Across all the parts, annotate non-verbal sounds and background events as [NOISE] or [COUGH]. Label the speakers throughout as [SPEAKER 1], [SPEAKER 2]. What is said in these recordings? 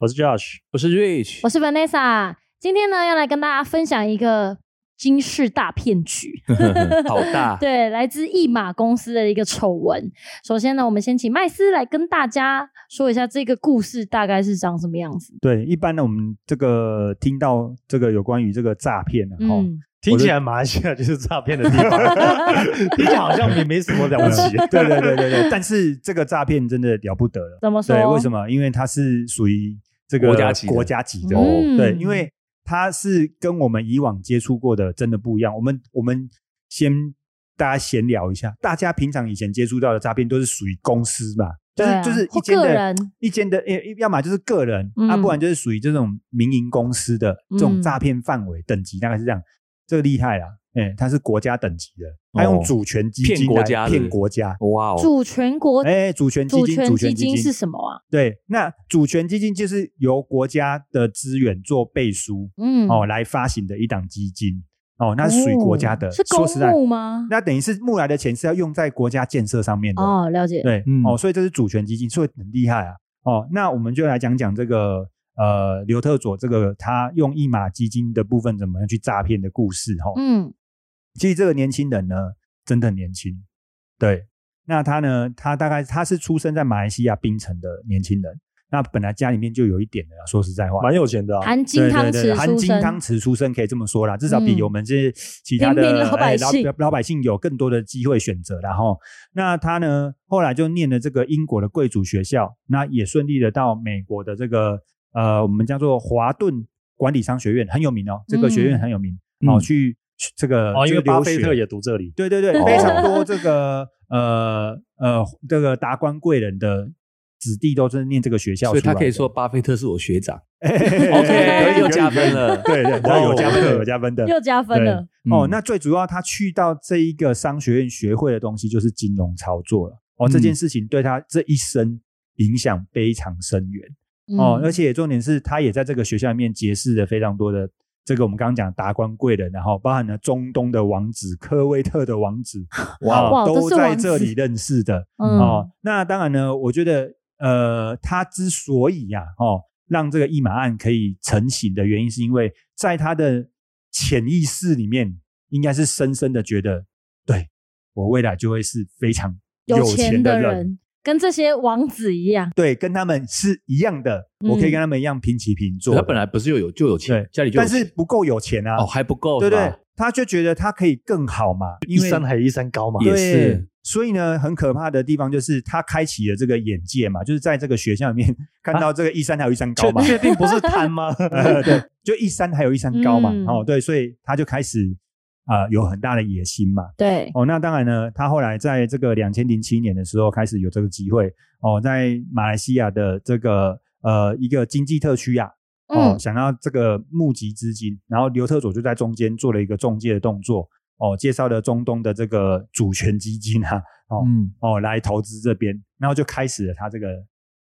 [SPEAKER 1] 我是 Josh，
[SPEAKER 2] 我是 Rich，
[SPEAKER 3] [LAUGHS] 我是 Vanessa，今天呢要来跟大家分享一个惊世大骗局，
[SPEAKER 4] [LAUGHS]
[SPEAKER 2] 好大，
[SPEAKER 3] 对，来自一马公司的一个丑闻。首先呢，我们先请麦斯来跟大家说一下这个故事大概是长什么样子。
[SPEAKER 4] 对，一般呢，我们这个听到这个有关于这个诈骗啊，哦，
[SPEAKER 3] 嗯，
[SPEAKER 1] 听起来马来西亚就是诈骗的地
[SPEAKER 4] [LAUGHS]
[SPEAKER 1] 方，听起来好像也没什么了不起。
[SPEAKER 4] 对对对对对，但是这个诈骗真的了不得了。
[SPEAKER 3] 怎么说？
[SPEAKER 4] 对，为什么？因为它是属于这个
[SPEAKER 2] 国家级的
[SPEAKER 4] 国家级的，哦
[SPEAKER 3] 嗯
[SPEAKER 4] 对，因为它是跟我们以往接触过的真的不一样。我们我们先大家闲聊一下，大家平常以前接触到的诈骗都是属于公司嘛，就是、
[SPEAKER 3] 对啊
[SPEAKER 4] 就是一
[SPEAKER 3] 或
[SPEAKER 4] 间
[SPEAKER 3] 个
[SPEAKER 4] 的
[SPEAKER 3] 人。
[SPEAKER 4] 一间的，要要么就是个人，
[SPEAKER 3] 嗯
[SPEAKER 4] 啊，不然就是属于这种民营公司的这种诈骗范围等级，大概是这样。这个厉害啦，哎、它是国家等级的，它用
[SPEAKER 2] 哦
[SPEAKER 4] 主权基
[SPEAKER 2] 骗
[SPEAKER 4] 金
[SPEAKER 2] 国
[SPEAKER 4] 来
[SPEAKER 2] 家的
[SPEAKER 4] 骗国家。
[SPEAKER 2] 哇哦，
[SPEAKER 3] 主权国
[SPEAKER 4] 哎，主权基
[SPEAKER 3] 主
[SPEAKER 4] 金，
[SPEAKER 3] 权
[SPEAKER 4] 主
[SPEAKER 3] 基
[SPEAKER 4] 权基
[SPEAKER 3] 金
[SPEAKER 4] 金
[SPEAKER 3] 是什么啊？
[SPEAKER 4] 对，那主权基金就是由国家的资源做背书、
[SPEAKER 3] 嗯，
[SPEAKER 4] 哦来发行的一档基金哦，那是属于国家的。
[SPEAKER 3] 哦是
[SPEAKER 4] 说实在
[SPEAKER 3] 公，募吗？
[SPEAKER 4] 那等于是募来的钱是要用在国家建设上面的。
[SPEAKER 3] 哦，了解。
[SPEAKER 4] 对、
[SPEAKER 2] 嗯
[SPEAKER 4] 哦，所以这是主权基金，所以很厉害啊。哦，那我们就来讲讲这个呃刘特佐这个他用一马基金的部分怎么样去诈骗的故事哈、哦。
[SPEAKER 3] 嗯，
[SPEAKER 4] 其实这个年轻人呢，真的很年轻。对，那他呢，他大概他是出生在马来西亚槟城的年轻人。那本来家里面就有一点的啦，说实在话，
[SPEAKER 1] 蛮有钱的、啊，
[SPEAKER 3] 含金
[SPEAKER 4] 对
[SPEAKER 3] 汤
[SPEAKER 4] 对对
[SPEAKER 3] 匙
[SPEAKER 4] 含
[SPEAKER 3] 出
[SPEAKER 4] 金汤
[SPEAKER 3] 生，
[SPEAKER 4] 匙出生可以这么说啦，至少比
[SPEAKER 3] 嗯
[SPEAKER 4] 我们这些其他的
[SPEAKER 3] 平民老
[SPEAKER 4] 哎
[SPEAKER 3] 百姓
[SPEAKER 4] 老老百姓有更多的机会选择啦。然后，那他呢，后来就念了这个英国的贵族学校，那也顺利的到美国的这个呃，我们叫做华顿管理商学院，很有名哦，这个学院很有名，
[SPEAKER 2] 嗯
[SPEAKER 4] 哦，去去这个
[SPEAKER 1] 哦，因
[SPEAKER 4] 就
[SPEAKER 1] 为巴
[SPEAKER 4] 留
[SPEAKER 1] 菲
[SPEAKER 4] 学
[SPEAKER 1] 特也读这里，
[SPEAKER 4] 对对对，
[SPEAKER 2] 哦
[SPEAKER 4] 非
[SPEAKER 3] [LAUGHS]
[SPEAKER 4] 常多这个呃呃这个达官贵人的子弟都是念这个学校出来
[SPEAKER 2] 所以
[SPEAKER 4] 的，哎
[SPEAKER 2] 他可
[SPEAKER 4] [LAUGHS]
[SPEAKER 2] 以
[SPEAKER 3] [LAUGHS]
[SPEAKER 2] 说巴菲特是我学长
[SPEAKER 4] OK，
[SPEAKER 2] 又加分了
[SPEAKER 4] [LAUGHS] 对对，
[SPEAKER 1] 哇
[SPEAKER 4] 对
[SPEAKER 1] 哦
[SPEAKER 4] 有加分的，有加分的。
[SPEAKER 3] 又加分了。
[SPEAKER 4] 哦，
[SPEAKER 2] 嗯
[SPEAKER 4] 那最主要他去到这一个商学院学会的东西就是金融操作了。哦，这件事情对他这一生影响非常深远。哦，而
[SPEAKER 3] 且
[SPEAKER 4] 且重点是他也在这个学校里面结识了非常多的这个我们刚刚讲达官贵人，然后包含了中东的王子、科威特的王子，
[SPEAKER 3] 哇
[SPEAKER 4] 哦
[SPEAKER 3] 哇都
[SPEAKER 4] 都
[SPEAKER 3] 是
[SPEAKER 4] 在
[SPEAKER 3] 王
[SPEAKER 4] 这
[SPEAKER 3] 子
[SPEAKER 4] 里认识的。
[SPEAKER 3] 嗯
[SPEAKER 4] 哦，那当然呢，我觉得呃，他之所以呀、哦，让这个一马案可以成型的原因，是因为在他的潜意识里面，应该是深深的觉得，对我未来就会是非常
[SPEAKER 3] 有
[SPEAKER 4] 钱
[SPEAKER 3] 钱
[SPEAKER 4] 的
[SPEAKER 3] 的人跟这些王子一样，
[SPEAKER 4] 对，跟他们是一样的，我可以
[SPEAKER 3] 嗯
[SPEAKER 4] 跟他们一样平起平坐。
[SPEAKER 2] 他本来不是又有就有
[SPEAKER 4] 对
[SPEAKER 2] 钱，家里就有
[SPEAKER 4] 但
[SPEAKER 2] 钱，
[SPEAKER 4] 是不够有钱啊，
[SPEAKER 2] 哦还不够，
[SPEAKER 4] 对
[SPEAKER 2] 是
[SPEAKER 4] 对
[SPEAKER 2] 吧，
[SPEAKER 4] 他就觉得他可以更好嘛，
[SPEAKER 1] 一
[SPEAKER 4] 因为
[SPEAKER 1] 山还有一山高嘛。
[SPEAKER 2] 也
[SPEAKER 4] 对
[SPEAKER 2] 是
[SPEAKER 4] 所以呢，很可怕的地方就是他开启了这个眼界嘛，就是在这个学校里
[SPEAKER 1] [LAUGHS]
[SPEAKER 4] 面看到这个一山还有一山高嘛，
[SPEAKER 1] 啊确确定不是贪吗？
[SPEAKER 4] 呃 [LAUGHS] 对，就一山还有一山高嘛，
[SPEAKER 3] 嗯
[SPEAKER 4] 哦，对，所以他就开始啊、呃有很大的野心嘛，
[SPEAKER 3] 对，
[SPEAKER 4] 哦，那当然呢，他后来在这个两千零七年的时候开始有这个机会哦，在马来西亚的这个呃一个经济特区啊，哦，
[SPEAKER 3] 嗯
[SPEAKER 4] 想要这个募集资金，然后刘特佐就在中间做了一个中介的动作，哦，介绍了中东的这个主权基金啊，哦、
[SPEAKER 2] 嗯，
[SPEAKER 4] 哦，来投资这边，然后就开始了他这个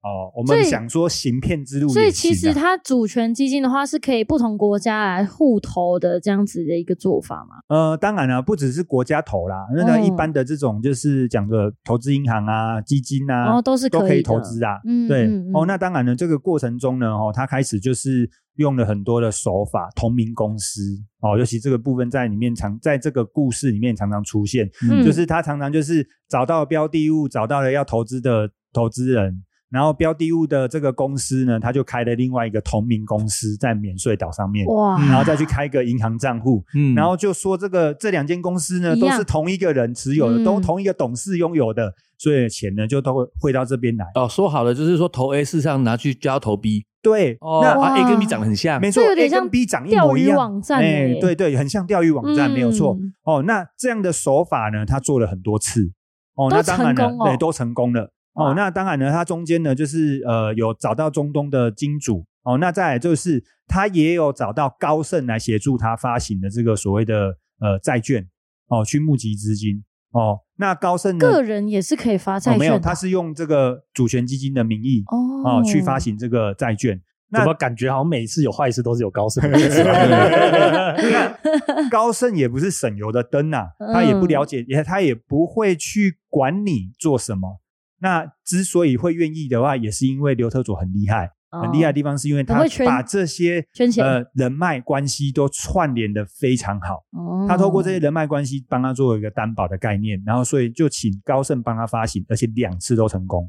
[SPEAKER 4] 哦，我
[SPEAKER 3] 所
[SPEAKER 4] 们
[SPEAKER 3] 以
[SPEAKER 4] 想说行骗之路、也
[SPEAKER 3] 所以其
[SPEAKER 4] 行
[SPEAKER 3] 实
[SPEAKER 4] 啊
[SPEAKER 3] 它主权基金的话是可以不同国家来互投的这样子的一个做法嘛？
[SPEAKER 4] 呃，当然了、不只是国家投啦，那个一
[SPEAKER 3] 嗯
[SPEAKER 4] 般的这种就是讲的投资银行啊、基金啊，
[SPEAKER 3] 然后哦都是
[SPEAKER 4] 都可
[SPEAKER 3] 以
[SPEAKER 4] 以投
[SPEAKER 3] 的
[SPEAKER 4] 资啊。
[SPEAKER 3] 嗯，
[SPEAKER 4] 对
[SPEAKER 3] 嗯嗯
[SPEAKER 4] 哦，那当然了，这个过程中呢，哦，他开始就是用了很多的手法，同名公司哦，尤其这个部分在里面常在这个故事里面常常出现，
[SPEAKER 3] 嗯
[SPEAKER 4] 就是他常常就是找到标的物，找到了要投资的投资人，然后标的物的这个公司呢，他就开了另外一个同名公司在免税岛上面，
[SPEAKER 3] 嗯哇，
[SPEAKER 4] 嗯然后再去开个银行账户，
[SPEAKER 2] 嗯
[SPEAKER 4] 然后就说这个这两间公司呢
[SPEAKER 3] 一
[SPEAKER 4] 都
[SPEAKER 3] 样
[SPEAKER 4] 是同一个人持有的，都
[SPEAKER 3] 嗯
[SPEAKER 4] 同一个董事拥有的，所以钱呢就都会汇到这边来。
[SPEAKER 2] 哦说好了就是说投 A 事实上拿去交投 B，
[SPEAKER 4] 对，
[SPEAKER 2] 哦
[SPEAKER 4] 那
[SPEAKER 2] 啊
[SPEAKER 3] 哇
[SPEAKER 2] A 跟 B 长得很像，
[SPEAKER 4] 没错
[SPEAKER 3] 这有点
[SPEAKER 4] A 跟
[SPEAKER 3] 像
[SPEAKER 4] B 长一
[SPEAKER 3] 钓
[SPEAKER 4] 模一
[SPEAKER 3] 鱼
[SPEAKER 4] 样。哎
[SPEAKER 3] 网站欸
[SPEAKER 4] 对对，很像钓鱼网站，没有错。
[SPEAKER 3] 嗯
[SPEAKER 4] 哦，那这样的手法呢，他做了很多次。哦，
[SPEAKER 3] 都
[SPEAKER 4] 那当然了
[SPEAKER 3] 成，功哦
[SPEAKER 4] 对，都成功了。哦
[SPEAKER 3] 哇，
[SPEAKER 4] 那当然呢，他中间呢，就是呃，有找到中东的金主哦，那再来就是他也有找到高盛来协助他发行的这个所谓的呃债券哦，去募集资金哦。那高盛呢？
[SPEAKER 3] 个人也是可以发
[SPEAKER 4] 哦、
[SPEAKER 3] 债券啊的、
[SPEAKER 4] 没有，他是用这个主权基金的名义
[SPEAKER 3] 哦
[SPEAKER 4] 哦去发行这个债券。那
[SPEAKER 1] 怎么感觉好像每次有坏事都是有高盛的意
[SPEAKER 4] [LAUGHS]
[SPEAKER 1] 思啊？
[SPEAKER 4] 那高盛也不是省油的灯呐、
[SPEAKER 3] 嗯
[SPEAKER 4] 他也不了解，也他也不会去管你做什么。那之所以会愿意的话，也是因为刘特佐很厉害，
[SPEAKER 1] 哦
[SPEAKER 4] 很厉害的地方是因为
[SPEAKER 3] 很
[SPEAKER 4] 他
[SPEAKER 3] 会圈
[SPEAKER 4] 把这些
[SPEAKER 3] 圈钱
[SPEAKER 4] 呃人脉关系都串联的非常好。
[SPEAKER 3] 哦
[SPEAKER 4] 他透过这些人脉关系帮他做一个担保的概念，然后所以就请高盛帮他发行，而且两次都成功。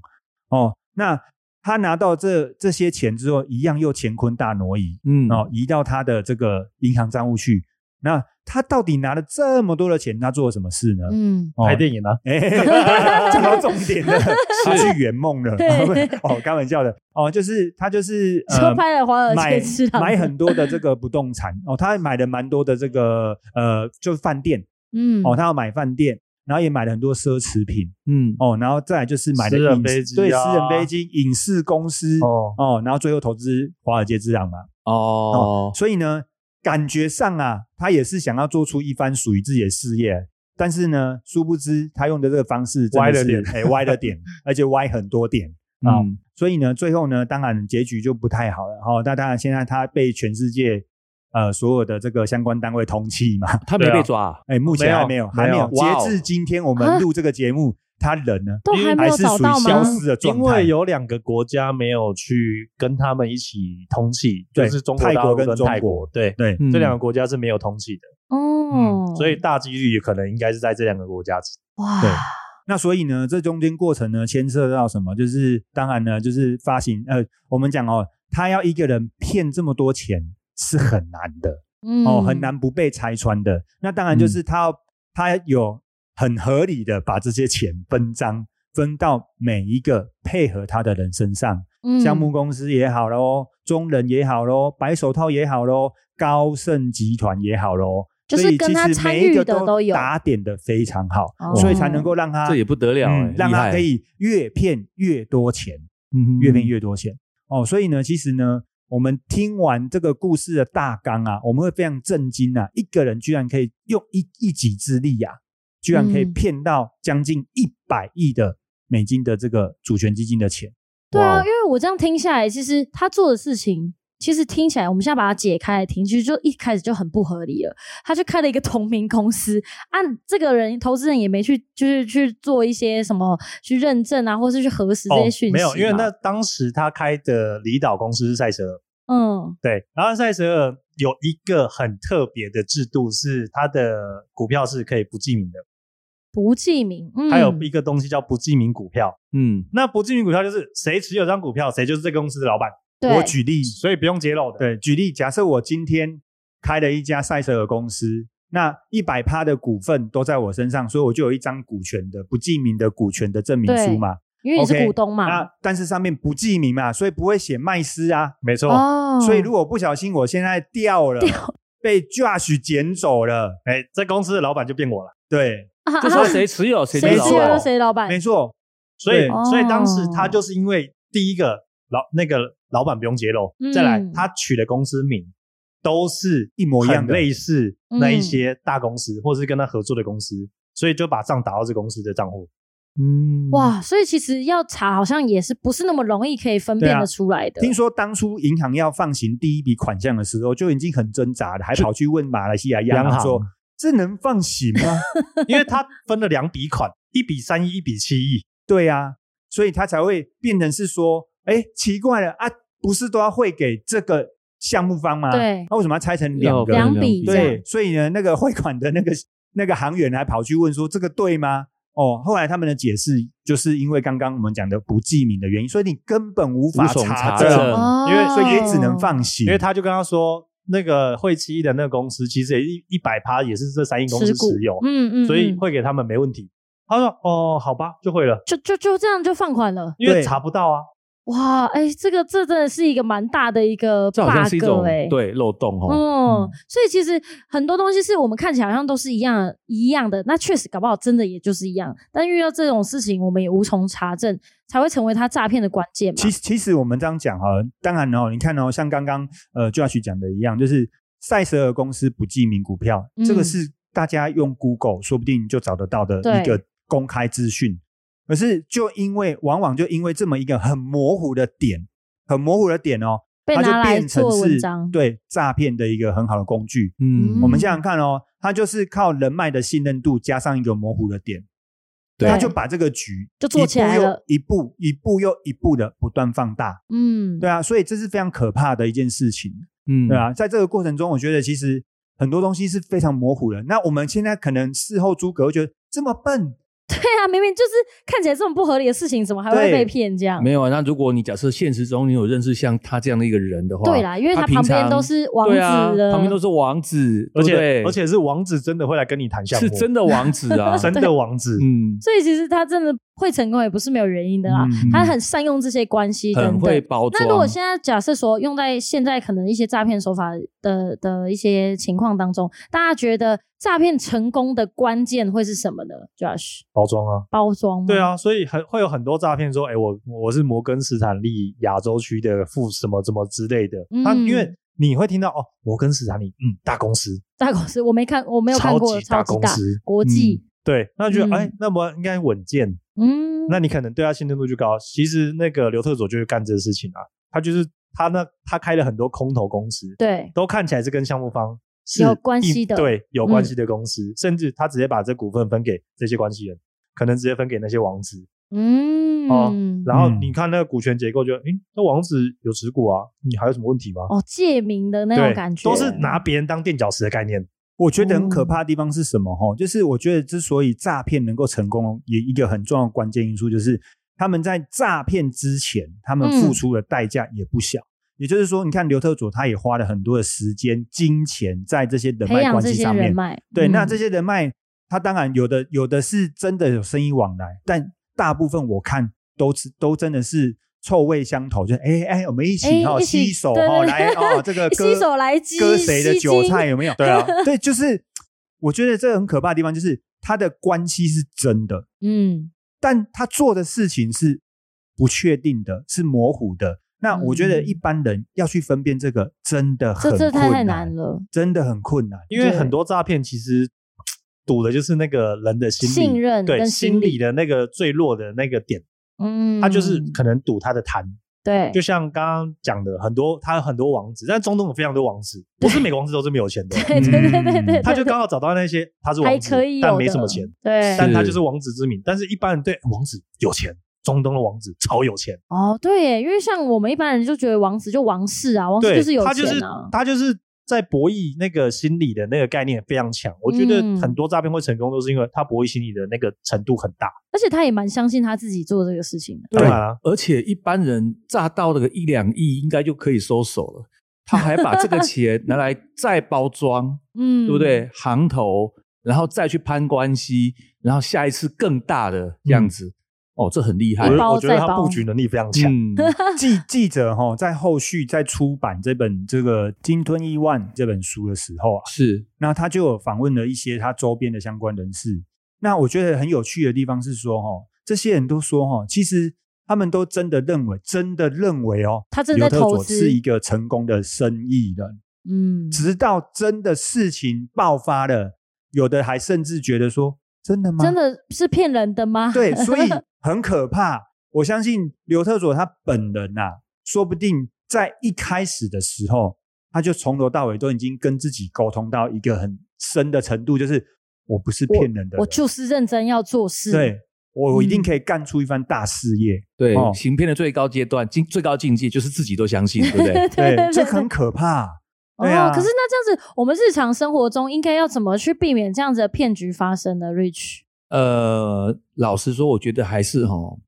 [SPEAKER 4] 哦，那他拿到这这些钱之后，一样又乾坤大挪移，
[SPEAKER 2] 嗯
[SPEAKER 4] 哦，移到他的这个银行账户去。那他到底拿了这么多的钱，他做了什么事呢？
[SPEAKER 3] 嗯，
[SPEAKER 4] 哦
[SPEAKER 1] 拍电影啊，
[SPEAKER 4] [LAUGHS] 哎，讲到重点
[SPEAKER 3] [LAUGHS]
[SPEAKER 4] 了，他去圆梦了。
[SPEAKER 3] 对
[SPEAKER 4] [LAUGHS] 哦，开玩笑的。哦，就是他就是呃
[SPEAKER 3] 车拍了华尔
[SPEAKER 4] 买
[SPEAKER 3] 街呃吃糖，
[SPEAKER 4] 买很多的这个不动产哦，他买了蛮多的这个呃，就是饭店
[SPEAKER 3] 嗯
[SPEAKER 4] 哦，他要买饭店，然后也买了很多奢侈品
[SPEAKER 2] 嗯，
[SPEAKER 4] 哦，然后再来就是买了
[SPEAKER 1] 私
[SPEAKER 4] 影
[SPEAKER 1] 人
[SPEAKER 4] 视
[SPEAKER 1] 飞机
[SPEAKER 4] 对
[SPEAKER 1] 啊
[SPEAKER 4] 私人飞机、影视公司
[SPEAKER 1] 哦，
[SPEAKER 4] 哦，然后最后投资华尔街之狼嘛。
[SPEAKER 2] 哦，
[SPEAKER 4] 所以呢，感觉上啊，他也是想要做出一番属于自己的事业，但是呢，殊不知他用的这个方式真的
[SPEAKER 1] 歪了
[SPEAKER 4] 是
[SPEAKER 1] 点
[SPEAKER 4] 哎，歪了
[SPEAKER 1] [LAUGHS]
[SPEAKER 4] 点，而且歪很多点。啊、
[SPEAKER 2] 嗯
[SPEAKER 4] 所以呢，最后呢，当然结局就不太好了。哈、那当然，现在他被全世界呃所有的这个相关单位通缉嘛。
[SPEAKER 2] 他没
[SPEAKER 1] 对
[SPEAKER 2] 被
[SPEAKER 1] 啊
[SPEAKER 2] 抓啊，
[SPEAKER 4] 哎，目前还没有，还没
[SPEAKER 1] 没
[SPEAKER 4] 有。
[SPEAKER 1] 有
[SPEAKER 2] 哇哦
[SPEAKER 4] 截至今天我们
[SPEAKER 3] 啊
[SPEAKER 4] 录这个节目，他人呢
[SPEAKER 3] 都还没
[SPEAKER 4] 还
[SPEAKER 3] 有
[SPEAKER 4] 是
[SPEAKER 3] 找
[SPEAKER 4] 属于
[SPEAKER 3] 到
[SPEAKER 4] 消
[SPEAKER 3] 吗？
[SPEAKER 4] 失的状态，
[SPEAKER 1] 因为有两个国家没有去跟他们一起通缉，
[SPEAKER 4] 对
[SPEAKER 1] 就是中国
[SPEAKER 4] 泰
[SPEAKER 1] 大
[SPEAKER 4] 国
[SPEAKER 1] 陆
[SPEAKER 4] 跟
[SPEAKER 1] 跟
[SPEAKER 4] 中
[SPEAKER 1] 泰
[SPEAKER 4] 国
[SPEAKER 1] 国，对，
[SPEAKER 4] 对。啊
[SPEAKER 2] 嗯
[SPEAKER 1] 这两个国家是没有通缉的，
[SPEAKER 4] 嗯
[SPEAKER 3] 哦，
[SPEAKER 1] 所以大几率也可能应该是在这两个国家之
[SPEAKER 4] 对
[SPEAKER 3] 哇，
[SPEAKER 4] 那所以呢，这中间过程呢，牵涉到什么？就是当然呢，就是发行呃，我们讲哦，他要一个人骗这么多钱是很难的、
[SPEAKER 3] 嗯
[SPEAKER 4] 哦，很难不被拆穿的。那当然就是他要、他有很合理的把这些钱分赃分到每一个配合他的人身上，
[SPEAKER 3] 嗯
[SPEAKER 4] 项目公司也好喽，中人也好喽，白手套也好喽，高盛集团也好喽。
[SPEAKER 3] 就是
[SPEAKER 4] 所以其
[SPEAKER 3] 跟他
[SPEAKER 4] 实
[SPEAKER 3] 参
[SPEAKER 4] 每一
[SPEAKER 3] 与
[SPEAKER 4] 个
[SPEAKER 3] 的都有
[SPEAKER 4] 打点的非常好，
[SPEAKER 3] 哦
[SPEAKER 4] 所以才能够让他
[SPEAKER 2] 这也不得了
[SPEAKER 4] 嗯
[SPEAKER 2] 哎，
[SPEAKER 4] 让
[SPEAKER 2] 厉
[SPEAKER 4] 他
[SPEAKER 2] 害
[SPEAKER 4] 可以越骗越多钱，
[SPEAKER 2] 嗯
[SPEAKER 4] 越骗越多钱。哦，所以呢，其实呢，我们听完这个故事的大纲啊，我们会非常震惊啊，一个人居然可以用一一己之力呀、啊，居然可以
[SPEAKER 3] 嗯
[SPEAKER 4] 骗到将近一百亿的美金的这个主权基金的钱。
[SPEAKER 3] 对
[SPEAKER 4] 哇
[SPEAKER 3] 啊，
[SPEAKER 4] 哦
[SPEAKER 3] 因为我这样听下来，其实他做的事情，其实听起来，我们现在把它解开来听，其实就一开始就很不合理了。他就开了一个同名公司，按、这个人投资人也没去，就是去做一些什么去认证啊，或是去核实这
[SPEAKER 4] 哦
[SPEAKER 3] 些讯息嘛、
[SPEAKER 1] 没有，因为那当时他开的离岛公司是塞舌尔，
[SPEAKER 3] 嗯
[SPEAKER 1] 对，然后塞舌尔有一个很特别的制度，是它的股票是可以不记名的，
[SPEAKER 3] 不记名，嗯，
[SPEAKER 1] 它有一个东西叫不记名股票。
[SPEAKER 2] 嗯
[SPEAKER 1] 那不记名股票就是谁持有这张股票，谁就是这个公司的老板，
[SPEAKER 3] 对
[SPEAKER 4] 我举例，
[SPEAKER 1] 所以不用揭露的。，
[SPEAKER 4] 对，举例，假设我今天开了一家赛车尔公司，那一百趴的股份都在我身上，所以我就有一张股权的不记名的股权的证明书
[SPEAKER 3] 对
[SPEAKER 4] 嘛。
[SPEAKER 3] 因为你是
[SPEAKER 4] OK，啊
[SPEAKER 3] 股东嘛，
[SPEAKER 4] 那但是上面不记名嘛，所以不会写麦斯啊。
[SPEAKER 1] 没错。
[SPEAKER 3] 哦，
[SPEAKER 4] 所以如果不小心我现在掉了，被 Josh 捡走了，
[SPEAKER 1] 哎，这公司的老板就变我了。
[SPEAKER 4] 对，
[SPEAKER 3] 啊
[SPEAKER 2] 这时候谁持有谁就
[SPEAKER 3] 谁
[SPEAKER 2] 是
[SPEAKER 3] 持
[SPEAKER 2] 老
[SPEAKER 3] 有
[SPEAKER 2] 板，
[SPEAKER 3] 谁老板
[SPEAKER 4] 没，错，
[SPEAKER 1] 所以
[SPEAKER 4] 对，
[SPEAKER 1] 所以当时
[SPEAKER 3] 哦
[SPEAKER 1] 他就是因为第一个老那个老板不用揭露，再来
[SPEAKER 3] 嗯
[SPEAKER 1] 他取的公司名都是
[SPEAKER 4] 一模一样
[SPEAKER 1] 很
[SPEAKER 4] 的。
[SPEAKER 1] 类似那一些大公司，或是跟他合作的公司，所以就把账打到这公司的账户。
[SPEAKER 2] 嗯，
[SPEAKER 3] 哇，所以其实要查好像也是不是那么容易可以分
[SPEAKER 4] 对
[SPEAKER 3] 辨
[SPEAKER 4] 啊
[SPEAKER 3] 得出来的。
[SPEAKER 4] 听说当初银行要放行第一笔款项的时候，就已经很挣扎了，还跑去问马来西亚央
[SPEAKER 1] 央
[SPEAKER 4] 行
[SPEAKER 1] 行
[SPEAKER 4] 说：“这能放行吗？”
[SPEAKER 1] 因为他分了两笔款，一笔三亿，一笔七亿。
[SPEAKER 4] 对啊，所以他才会变成是说，哎，奇怪了啊，不是都要汇给这个项目方吗？
[SPEAKER 3] 对
[SPEAKER 4] 那为什么要拆成两个？
[SPEAKER 3] 要两笔这样
[SPEAKER 4] 对，所以呢，那个汇款的那个那个行员还跑去问说，这个对吗？哦，后来他们的解释就是因为刚刚我们讲的不记名的原因，所以你根本无
[SPEAKER 2] 无
[SPEAKER 4] 法
[SPEAKER 2] 从查
[SPEAKER 4] 证，
[SPEAKER 2] 证，
[SPEAKER 3] 哦，
[SPEAKER 1] 因为
[SPEAKER 4] 所以也只能放行。
[SPEAKER 1] 因为他就跟他说，那个汇七亿的那个公司，其实也一一百趴也是这三亿公司
[SPEAKER 3] 持股
[SPEAKER 1] 持有，
[SPEAKER 3] 嗯嗯，
[SPEAKER 1] 所以
[SPEAKER 3] 嗯
[SPEAKER 1] 汇给他们没问题。他说：“哦，好吧，就汇了，
[SPEAKER 3] 就就就这样就放款了。
[SPEAKER 1] 因为
[SPEAKER 4] 对
[SPEAKER 1] 查不到啊。
[SPEAKER 3] 哇，哎、这个这真的是一个蛮大的一个 bug
[SPEAKER 2] 这好像是一种
[SPEAKER 3] 哎、
[SPEAKER 2] 对漏洞哦。
[SPEAKER 3] 嗯，所以其实很多东西是我们看起来好像都是一样一样的，那确实搞不好真的也就是一样，但遇到这种事情，我们也无从查证，才会成为他诈骗的关键嘛。
[SPEAKER 4] 其实其实我们这样讲哈，当然哦，你看哦，像刚刚呃 Josh 讲的一样，就是塞舌尔公司不记名股票，
[SPEAKER 3] 嗯
[SPEAKER 4] 这个是大家用 Google 说不定就找得到的一个公开资讯。可是就因为往往就因为这么一个很模糊的点，很模糊的点哦，
[SPEAKER 3] 被
[SPEAKER 4] 它
[SPEAKER 3] 拿
[SPEAKER 4] 就
[SPEAKER 3] 来
[SPEAKER 4] 变成
[SPEAKER 3] 做文
[SPEAKER 4] 是
[SPEAKER 3] 章，
[SPEAKER 4] 对诈骗的一个很好的工具。
[SPEAKER 2] 嗯
[SPEAKER 4] 我们想想看哦，它就是靠人脉的信任度加上一个模糊的点，
[SPEAKER 2] 对
[SPEAKER 4] 他就把这个局
[SPEAKER 3] 就做起来了
[SPEAKER 4] 一步又一步一步又一步的不断放大。
[SPEAKER 3] 嗯，
[SPEAKER 4] 对啊，所以这是非常可怕的一件事情，
[SPEAKER 2] 嗯
[SPEAKER 4] 对，啊，在这个过程中，我觉得其实很多东西是非常模糊的。那我们现在可能事后诸葛，会觉得这么笨，
[SPEAKER 3] 对啊，明明就是看起来这么不合理的事情，怎么还会
[SPEAKER 4] 对
[SPEAKER 3] 被骗这样？
[SPEAKER 2] 没有啊。那如果你假设现实中你有认识像他这样的一个人的话，
[SPEAKER 3] 对啦因为他
[SPEAKER 2] 平
[SPEAKER 3] 旁边
[SPEAKER 2] 常
[SPEAKER 3] 都是王
[SPEAKER 2] 对啊
[SPEAKER 3] 子了
[SPEAKER 2] 旁边都是王子，
[SPEAKER 1] 而
[SPEAKER 2] 对不对
[SPEAKER 1] 且而且是王子真的会来跟你谈项目，
[SPEAKER 2] 是真的王子 [LAUGHS] 啊，
[SPEAKER 1] 真的王
[SPEAKER 3] 哦
[SPEAKER 1] 子，
[SPEAKER 2] 嗯，
[SPEAKER 3] 所以其实他真的会成功也不是没有原因的啦，
[SPEAKER 4] 嗯
[SPEAKER 3] 啊他很善用这些关系等
[SPEAKER 2] 很会
[SPEAKER 3] 等。
[SPEAKER 2] 包
[SPEAKER 4] 啊
[SPEAKER 2] 装。
[SPEAKER 3] 那如果现在假设说用在现在可能一些诈骗手法的的一些情况当中，大家觉得诈骗成功的关键会是什么呢？Josh，
[SPEAKER 1] 包装啊。
[SPEAKER 3] 包装吗
[SPEAKER 1] 对，啊，所以很会有很多诈骗说，哎、我我是摩根斯坦利亚洲区的副什么什么之类的。
[SPEAKER 3] 嗯
[SPEAKER 1] 他因为你会听到哦，摩根斯坦利，嗯，大公司，
[SPEAKER 3] 大公司我没看，我没有看
[SPEAKER 1] 超
[SPEAKER 3] 过
[SPEAKER 1] 级
[SPEAKER 3] 超级
[SPEAKER 1] 公
[SPEAKER 3] 大
[SPEAKER 4] 嗯
[SPEAKER 1] 司，
[SPEAKER 3] 国际，
[SPEAKER 1] 对，那就觉
[SPEAKER 3] 嗯
[SPEAKER 1] 得哎、那么应该稳健，
[SPEAKER 3] 嗯，
[SPEAKER 1] 那你可能对他信任度就高。其实那个刘特佐就是干这个事情啊，他就是他那他开了很多空头公司，
[SPEAKER 3] 对，
[SPEAKER 1] 都看起来是跟项目方是
[SPEAKER 3] 有关
[SPEAKER 1] 一
[SPEAKER 3] 系的嗯
[SPEAKER 1] 对，有关系的公司，甚至他直接把这股份分给这些关系人，可能直接分给那些王子。
[SPEAKER 3] 嗯，
[SPEAKER 1] 哦然后
[SPEAKER 4] 嗯
[SPEAKER 1] 你看那个股权结构就，诶，那王子有持股啊，你还有什么问题吗？
[SPEAKER 3] 哦，借名的那种
[SPEAKER 1] 对
[SPEAKER 3] 感，觉，
[SPEAKER 1] 都是拿别人当垫脚石的概念。
[SPEAKER 4] 我觉得很
[SPEAKER 3] 哦
[SPEAKER 4] 可怕的地方是什么？哈、就是我觉得之所以诈骗能够成功，也一个很重要的关键因素就是他们在诈骗之前，他们付出的代价也不小。也就是说，你看刘特佐他也花了很多的时间、金钱在这些人
[SPEAKER 3] 培
[SPEAKER 4] 脉
[SPEAKER 3] 养
[SPEAKER 4] 关
[SPEAKER 3] 这
[SPEAKER 4] 系
[SPEAKER 3] 些
[SPEAKER 4] 上面
[SPEAKER 3] 人。脉，
[SPEAKER 4] 对，那
[SPEAKER 3] 嗯
[SPEAKER 4] 这些人脉，他当然有的有的是真的有生意往来，但大部分我看都是都真的是臭味相投，就是哎哎，我们一起
[SPEAKER 3] 哎
[SPEAKER 4] 哈
[SPEAKER 3] 一起
[SPEAKER 4] 洗手
[SPEAKER 3] 对
[SPEAKER 4] 哈
[SPEAKER 3] 对
[SPEAKER 4] 来
[SPEAKER 3] 对
[SPEAKER 4] 哦，这个割
[SPEAKER 3] [LAUGHS] 哎洗手来鸡
[SPEAKER 4] 割谁的
[SPEAKER 3] 吸
[SPEAKER 4] 韭
[SPEAKER 3] 金
[SPEAKER 4] 菜有没
[SPEAKER 3] [LAUGHS]
[SPEAKER 4] 有？
[SPEAKER 1] 对啊，
[SPEAKER 4] 对，就是我觉得这很可怕的地方就是他的关系是真的，
[SPEAKER 3] 嗯。
[SPEAKER 4] 但他做的事情是不确定的，是模糊的。那我觉得
[SPEAKER 3] 嗯
[SPEAKER 4] 一般人要去分辨这个真的很
[SPEAKER 3] 这这太太
[SPEAKER 4] 困
[SPEAKER 3] 难
[SPEAKER 4] 难，
[SPEAKER 3] 了，
[SPEAKER 4] 真的很困难。
[SPEAKER 1] 因为
[SPEAKER 3] 对
[SPEAKER 1] 很多诈骗其实赌的就是那个人的心理
[SPEAKER 3] 信任
[SPEAKER 1] 对
[SPEAKER 3] 跟心
[SPEAKER 1] 心
[SPEAKER 3] 理
[SPEAKER 1] 理的那个最弱的那个点，
[SPEAKER 3] 嗯，
[SPEAKER 1] 他就是可能赌他的贪。
[SPEAKER 3] 对，
[SPEAKER 1] 就像刚刚讲的，很多他有很多王子，但中东有非常多王子，不是每个王子都是没有钱的，
[SPEAKER 3] [LAUGHS] 对对对对
[SPEAKER 4] 嗯
[SPEAKER 3] 对，
[SPEAKER 1] 他就
[SPEAKER 3] 对
[SPEAKER 1] 刚好找到那些他是
[SPEAKER 3] 还可
[SPEAKER 1] 王子
[SPEAKER 3] 以，
[SPEAKER 1] 但
[SPEAKER 3] 有
[SPEAKER 1] 没什
[SPEAKER 3] 的
[SPEAKER 1] 么钱，，
[SPEAKER 3] 对，
[SPEAKER 1] 但他就是王子之名。但是一般人对王子有钱，中东的王子超有钱。
[SPEAKER 3] 哦对耶，因为像我们一般人就觉得王子就王室啊，王室
[SPEAKER 1] 对，
[SPEAKER 3] 就是有
[SPEAKER 1] 他就是
[SPEAKER 3] 钱啊，
[SPEAKER 1] 他就是在博弈那个心理的那个概念非常强。我觉得
[SPEAKER 3] 嗯
[SPEAKER 1] 很多诈骗会成功，都是因为他博弈心理的那个程度很大。
[SPEAKER 3] 而且他也蛮相信他自己做这个事情的，
[SPEAKER 1] 当然啊，
[SPEAKER 2] 而且一般人炸到那个一两亿，应该就可以收手了。他还把这个钱拿来再包装，
[SPEAKER 3] 嗯，
[SPEAKER 2] 对不？对？行头，然后再去攀关系，然后下一次更大的这
[SPEAKER 3] 嗯
[SPEAKER 2] 样子。哦，这很厉害
[SPEAKER 1] 我觉。
[SPEAKER 3] 一
[SPEAKER 1] 得
[SPEAKER 3] 包
[SPEAKER 1] 我觉得
[SPEAKER 3] 再
[SPEAKER 1] 他
[SPEAKER 3] 包
[SPEAKER 1] 布局能力非常强。
[SPEAKER 3] [LAUGHS]
[SPEAKER 2] 嗯，
[SPEAKER 4] 记记者哈、在后续在出版这本这个《金吞亿万》这本书的时候啊，
[SPEAKER 2] 是
[SPEAKER 4] 那他就有访问了一些他周边的相关人士。那我觉得很有趣的地方是说哈、这些人都说哈、其实他们都真的认为，真的认为哦，
[SPEAKER 3] 他真的在
[SPEAKER 4] 刘特
[SPEAKER 3] 投
[SPEAKER 4] 佐
[SPEAKER 3] 资
[SPEAKER 4] 是一个成功的生意人，
[SPEAKER 3] 嗯，
[SPEAKER 4] 直到真的事情爆发了，有的还甚至觉得说，真的吗？
[SPEAKER 3] 真的是骗人的吗？
[SPEAKER 4] 对，所 [LAUGHS] 以很可怕。我相信刘特佐他本人呐、啊，说不定在一开始的时候，他就从头到尾都已经跟自己沟通到一个很深的程度，就是我不是骗人的人
[SPEAKER 3] 我就是认真要做事，，
[SPEAKER 4] 对我我一定
[SPEAKER 3] 嗯？
[SPEAKER 4] 可以干出一番大事业。
[SPEAKER 2] 对
[SPEAKER 4] 哦
[SPEAKER 2] 行骗的最高阶段，境最高境界就是自己都相信，对不对
[SPEAKER 3] [LAUGHS]
[SPEAKER 4] 对，这很可怕。对啊
[SPEAKER 3] 哦，可是那这样子，我们日常生活中应该要怎么去避免这样子的骗局发生呢？Rich
[SPEAKER 2] 呃，老实说，我觉得还是哈、哦，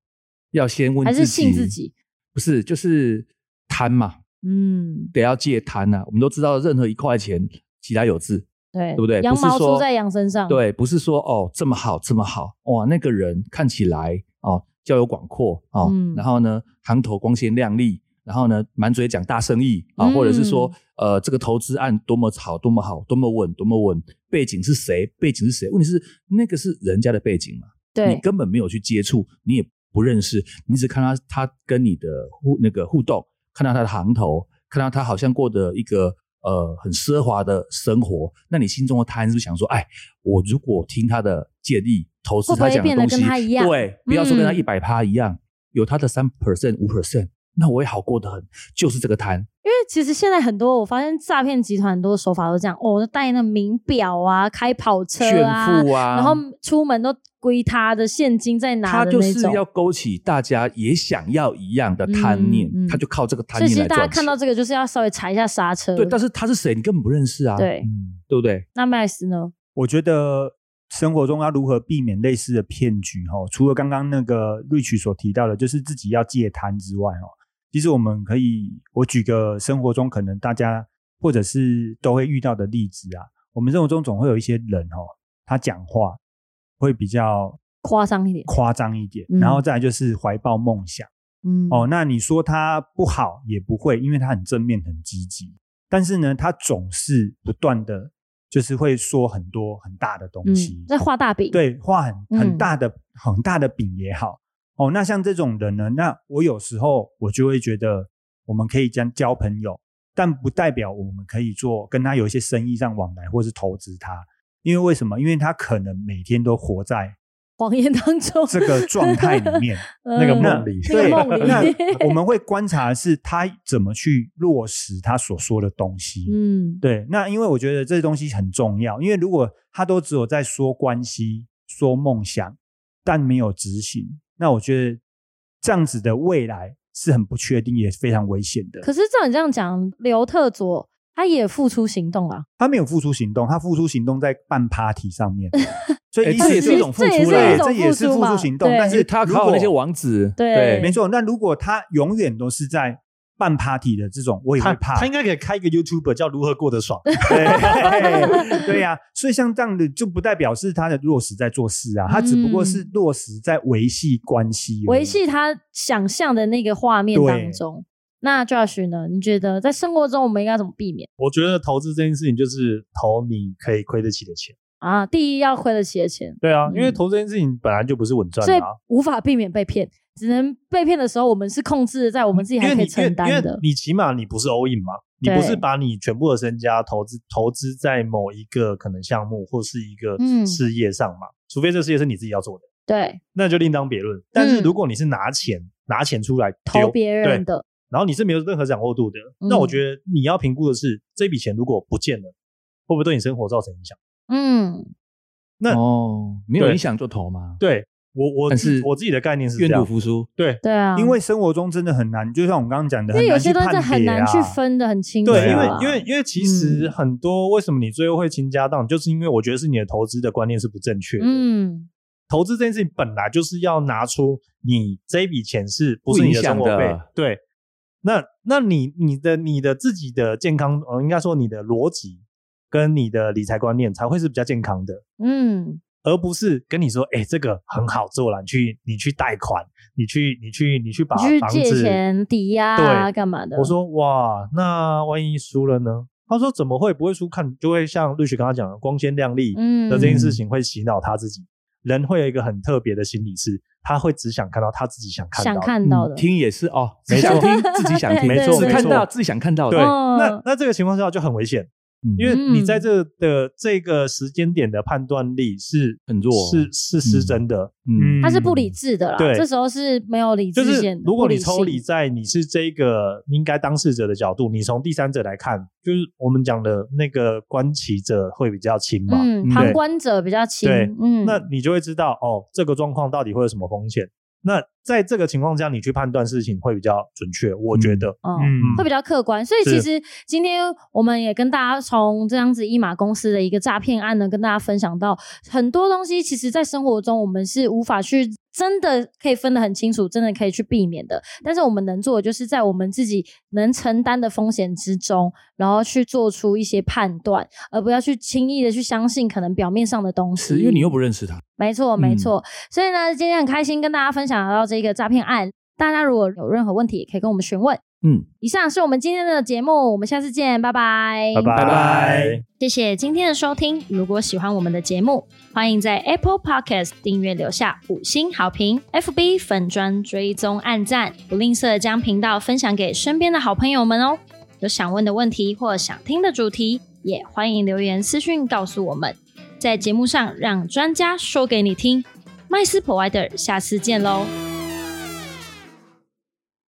[SPEAKER 2] 要先问
[SPEAKER 3] 还
[SPEAKER 2] 自己，
[SPEAKER 3] 是信自己？
[SPEAKER 2] 不是就是贪嘛，
[SPEAKER 3] 嗯，
[SPEAKER 2] 得要戒贪啊呐、我们都知道，任何一块钱，其他有字，
[SPEAKER 3] 对，
[SPEAKER 2] 对不对？
[SPEAKER 3] 羊
[SPEAKER 2] 不是
[SPEAKER 3] 毛
[SPEAKER 2] 说
[SPEAKER 3] 出在羊身上，
[SPEAKER 2] 对，不是说哦这么好这么好哇，那个人看起来哦交友广阔哦，
[SPEAKER 3] 嗯
[SPEAKER 2] 然后呢行头光鲜亮丽，然后呢满嘴讲大生意啊、或者是说
[SPEAKER 3] 嗯
[SPEAKER 2] 呃这个投资案多么好多么好多么稳多么稳，背景是谁背景是谁？问题是那个是人家的背景嘛，你
[SPEAKER 3] 对，
[SPEAKER 2] 根本没有去接触，你也不认识，你只看他他跟你的互那个互动，看到他的行头，看到他好像过的一个呃很奢华的生活，那你心中的贪是不是想说，哎，我如果听他的建议，投资
[SPEAKER 3] 会不
[SPEAKER 2] 他
[SPEAKER 3] 会
[SPEAKER 2] 讲的
[SPEAKER 3] 变得
[SPEAKER 2] 东西，
[SPEAKER 3] 跟他一样
[SPEAKER 2] 对，不要说跟他
[SPEAKER 3] 嗯
[SPEAKER 2] 一百趴一样，有他的三 percent 五 percent，那我也好过得很，就是这个贪，
[SPEAKER 3] 因为其实现在很多我发现诈骗集团很多手法都这样，哦，带那名表啊，开跑车
[SPEAKER 2] 炫
[SPEAKER 3] 啊，
[SPEAKER 2] 富啊，
[SPEAKER 3] 然后出门都归他的现金在哪
[SPEAKER 2] 他
[SPEAKER 3] 的
[SPEAKER 2] 就
[SPEAKER 3] 那
[SPEAKER 2] 是
[SPEAKER 3] 种。
[SPEAKER 2] 要勾起大家也想要一样的贪念，
[SPEAKER 3] 嗯嗯
[SPEAKER 2] 他就靠这个贪
[SPEAKER 3] 所
[SPEAKER 2] 念
[SPEAKER 3] 以其
[SPEAKER 2] 来
[SPEAKER 3] 实大
[SPEAKER 2] 赚
[SPEAKER 3] 家
[SPEAKER 2] 钱。
[SPEAKER 3] 看到这个就是要稍微踩一下刹车。
[SPEAKER 2] 对，但是他是谁，你根本不认识啊，
[SPEAKER 3] 对
[SPEAKER 4] 嗯，
[SPEAKER 2] 对不对？
[SPEAKER 3] 那麦斯呢？
[SPEAKER 4] 我觉得生活中要如何避免类似的骗局哈、哦，除了刚刚那个 Rich 所提到的，就是自己要戒贪之外哦，其实我们可以，我举个生活中可能大家或者是都会遇到的例子啊，我们生活中总会有一些人哦，他讲话会比较
[SPEAKER 3] 夸张一点，
[SPEAKER 4] 夸张一点，
[SPEAKER 3] 嗯
[SPEAKER 4] 然后再来就是怀抱梦想。
[SPEAKER 3] 嗯，
[SPEAKER 4] 哦，那你说他不好也不会，因为他很正面、很积极。但是呢，他总是不断的，就是会说很多很大的东
[SPEAKER 3] 嗯
[SPEAKER 4] 西，，
[SPEAKER 3] 在画大饼，，
[SPEAKER 4] 对，画很
[SPEAKER 3] 嗯
[SPEAKER 4] 很大的、很大的饼也好。哦，那像这种人呢，那我有时候我就会觉得，我们可以将交朋友，但不代表我们可以做跟他有一些生意上往来，或是投资他。因为为什么？因为他可能每天都活在
[SPEAKER 3] 谎言当中，
[SPEAKER 4] 这个状态里面，
[SPEAKER 3] 那
[SPEAKER 1] 个梦里
[SPEAKER 3] 那个
[SPEAKER 4] 对，
[SPEAKER 3] 梦里， [LAUGHS]
[SPEAKER 4] 那我们会观察的是他怎么去落实他所说的东西。
[SPEAKER 3] 嗯，
[SPEAKER 4] 对，那因为我觉得这东西很重要，因为如果他都只有在说关系、说梦想，但没有执行，那我觉得这样子的未来是很不确定，也非常危险的。
[SPEAKER 3] 可是照你这样讲，刘特佐他也付出行动了，
[SPEAKER 4] 他没有付出行动，他付出行动在办 party 上面，所以
[SPEAKER 2] 哎
[SPEAKER 4] 意
[SPEAKER 2] 这
[SPEAKER 4] 思
[SPEAKER 2] 也是一种付
[SPEAKER 3] 这也
[SPEAKER 2] 出
[SPEAKER 3] 是
[SPEAKER 2] 啦
[SPEAKER 3] 一种
[SPEAKER 4] 这也是
[SPEAKER 3] 付出
[SPEAKER 4] 付
[SPEAKER 3] 嘛
[SPEAKER 4] 出行动
[SPEAKER 3] 对
[SPEAKER 4] 但
[SPEAKER 2] 因为
[SPEAKER 1] 嗯
[SPEAKER 4] 是
[SPEAKER 2] 他
[SPEAKER 4] 如
[SPEAKER 2] 靠那些
[SPEAKER 4] 果
[SPEAKER 2] 王子，
[SPEAKER 3] 对
[SPEAKER 4] 没错。那如果他永远都是在办 party 的这种，我也会
[SPEAKER 1] 他
[SPEAKER 4] 怕。
[SPEAKER 1] 他应该可以开一个 YouTube 叫如何过得
[SPEAKER 4] [LAUGHS]
[SPEAKER 1] 爽，
[SPEAKER 4] 哎
[SPEAKER 3] [LAUGHS]
[SPEAKER 4] 对对呀、所以像这样的就不代表是他的落实在做事啊，他只不过是
[SPEAKER 3] 嗯
[SPEAKER 4] 落实在维系关系而已，
[SPEAKER 3] 维系他想象的那个画面
[SPEAKER 4] 对
[SPEAKER 3] 当中。那 Josh 呢？你觉得在生活中我们应该怎么避免
[SPEAKER 1] 我觉得投资这件事情就是投你可以亏得起的钱。
[SPEAKER 3] 啊？第一要亏得起的钱，
[SPEAKER 1] 对啊，因为
[SPEAKER 3] 嗯
[SPEAKER 1] 投资这件事情本来就不是稳赚
[SPEAKER 3] 所
[SPEAKER 1] 的
[SPEAKER 3] 以
[SPEAKER 1] 啊。
[SPEAKER 3] 无法避免被骗，只能被骗的时候，我们是控制在我们自己
[SPEAKER 1] 因为
[SPEAKER 3] 还可
[SPEAKER 1] 你
[SPEAKER 3] 以
[SPEAKER 1] 因为
[SPEAKER 3] 承担
[SPEAKER 1] 因为
[SPEAKER 3] 的。
[SPEAKER 1] 你起码你不是 all in 嘛，你
[SPEAKER 3] 对
[SPEAKER 1] 不是把你全部的身家投资投资在某一个可能项目或是一个
[SPEAKER 3] 嗯
[SPEAKER 1] 事业上嘛，除非这事业是你自己要做的，
[SPEAKER 3] 对，
[SPEAKER 1] 那就另当别论。但
[SPEAKER 3] 嗯
[SPEAKER 1] 是如果你是拿钱、拿钱出来
[SPEAKER 3] 投
[SPEAKER 1] 丢
[SPEAKER 3] 别
[SPEAKER 1] 对
[SPEAKER 3] 人的，
[SPEAKER 1] 然后你是没有任何掌握度的，
[SPEAKER 3] 嗯
[SPEAKER 1] 那我觉得你要评估的是这笔钱如果不见了，会不会对你生活造成影响？
[SPEAKER 3] 嗯，
[SPEAKER 1] 那
[SPEAKER 2] 哦，没有
[SPEAKER 1] 对
[SPEAKER 2] 影响就投吗？
[SPEAKER 1] 对我我
[SPEAKER 2] 但
[SPEAKER 1] 自
[SPEAKER 2] 是
[SPEAKER 1] 我自己的概念是这
[SPEAKER 2] 愿赌
[SPEAKER 1] 样，
[SPEAKER 2] 服输，
[SPEAKER 1] 对
[SPEAKER 3] 对啊，
[SPEAKER 4] 因为生活中真的很难，就像我们刚刚讲的，
[SPEAKER 3] 因为有些
[SPEAKER 4] 很
[SPEAKER 3] 东
[SPEAKER 4] 难
[SPEAKER 3] 西
[SPEAKER 4] 去判
[SPEAKER 3] 很
[SPEAKER 4] 别
[SPEAKER 3] 难
[SPEAKER 4] 啊
[SPEAKER 3] 去。分的很嗯清楚啊，
[SPEAKER 1] 啊对，因为
[SPEAKER 4] 啊
[SPEAKER 1] 因为因为其实很多为什么你最后会倾家荡，产，就是因为我觉得是你的投资的观念是不正确的。
[SPEAKER 3] 嗯，
[SPEAKER 1] 投资这件事情本来就是要拿出你这一笔钱是不是你的生活
[SPEAKER 2] 不影
[SPEAKER 1] 费
[SPEAKER 2] 响的？
[SPEAKER 1] 对，那那你你的你的自己的健康，呃，应该说你的逻辑跟你的理财观念才会是比较健康的，
[SPEAKER 3] 嗯，
[SPEAKER 1] 而不是跟你说，哎、这个很好做了，你去你去贷款，你去你去你去把
[SPEAKER 3] 你去
[SPEAKER 1] 房
[SPEAKER 3] 借
[SPEAKER 1] 子
[SPEAKER 3] 钱抵押啊，
[SPEAKER 1] 对
[SPEAKER 3] 干嘛的？
[SPEAKER 1] 我说哇，那万一输了呢？他说怎么会不会输？看就会像绿雪刚刚讲的，光鲜亮丽
[SPEAKER 3] 嗯，
[SPEAKER 1] 的这件事情会洗脑他自己。人会有一个很特别的心理是，他会只想看到他自己想看到
[SPEAKER 3] 想
[SPEAKER 1] 的。嗯
[SPEAKER 3] 看到的，
[SPEAKER 2] 听也是
[SPEAKER 1] [LAUGHS]
[SPEAKER 2] 哦，
[SPEAKER 1] 没错
[SPEAKER 2] 想听自己想听，
[SPEAKER 3] 对对对
[SPEAKER 2] 只看
[SPEAKER 1] 啊 [LAUGHS] 没
[SPEAKER 2] 到
[SPEAKER 1] 错
[SPEAKER 2] 自己想看到的，
[SPEAKER 1] 对，
[SPEAKER 3] 嗯
[SPEAKER 1] 那那这个情况下就很危险，
[SPEAKER 2] 嗯
[SPEAKER 1] 因为
[SPEAKER 3] 嗯
[SPEAKER 1] 你在这的这个时间点的判断力是
[SPEAKER 2] 很弱啊哦
[SPEAKER 1] 是是失真的。
[SPEAKER 2] 嗯，
[SPEAKER 3] 他是不理智的啦，
[SPEAKER 1] 对
[SPEAKER 3] 这时候是没有理
[SPEAKER 1] 就
[SPEAKER 3] 智
[SPEAKER 1] 是
[SPEAKER 3] 线的。
[SPEAKER 1] 如果
[SPEAKER 3] 不
[SPEAKER 1] 你
[SPEAKER 3] 理
[SPEAKER 1] 抽
[SPEAKER 3] 性
[SPEAKER 1] 离在你是这个应该当事者的角度，你从第三者来看，就是我们讲的那个观其者会比较轻嘛。
[SPEAKER 3] 嗯，
[SPEAKER 2] 嗯
[SPEAKER 3] 旁
[SPEAKER 1] 对
[SPEAKER 3] 观者比较轻
[SPEAKER 1] 对，
[SPEAKER 3] 嗯，
[SPEAKER 1] 那你就会知道哦，这个状况到底会有什么风险。那在这个情况下，你去判断事情会比较准确，我觉得。
[SPEAKER 3] 哦
[SPEAKER 4] 嗯
[SPEAKER 3] 会比较客观。所以其实今天我们也跟大家从这样子一马公司的一个诈骗案呢，跟大家分享到很多东西，其实在生活中我们是无法去真的可以分得很清楚，真的可以去避免的。但是我们能做的就是在我们自己能承担的风险之中，然后去做出一些判断，而不要去轻易的去相信可能表面上的东西。
[SPEAKER 2] 是因为你又不认识他，
[SPEAKER 3] 没错，没
[SPEAKER 2] 嗯
[SPEAKER 3] 错。所以呢，今天很开心跟大家分享到这这个诈骗案。大家如果有任何问题，也可以跟我们询问。
[SPEAKER 2] 嗯，
[SPEAKER 3] 以上是我们今天的节目，我们下次见，拜拜，
[SPEAKER 1] 拜拜
[SPEAKER 2] 拜拜。
[SPEAKER 3] 谢谢今天的收听。如果喜欢我们的节目，欢迎在 Apple Podcast 订阅留下五星好评，FB 粉砖追踪按赞，不吝啬将频道分享给身边的好朋友们哦。有想问的问题或想听的主题，也欢迎留言私讯告诉我们，在节目上让专家说给你听。麦斯 Provider，下次见喽。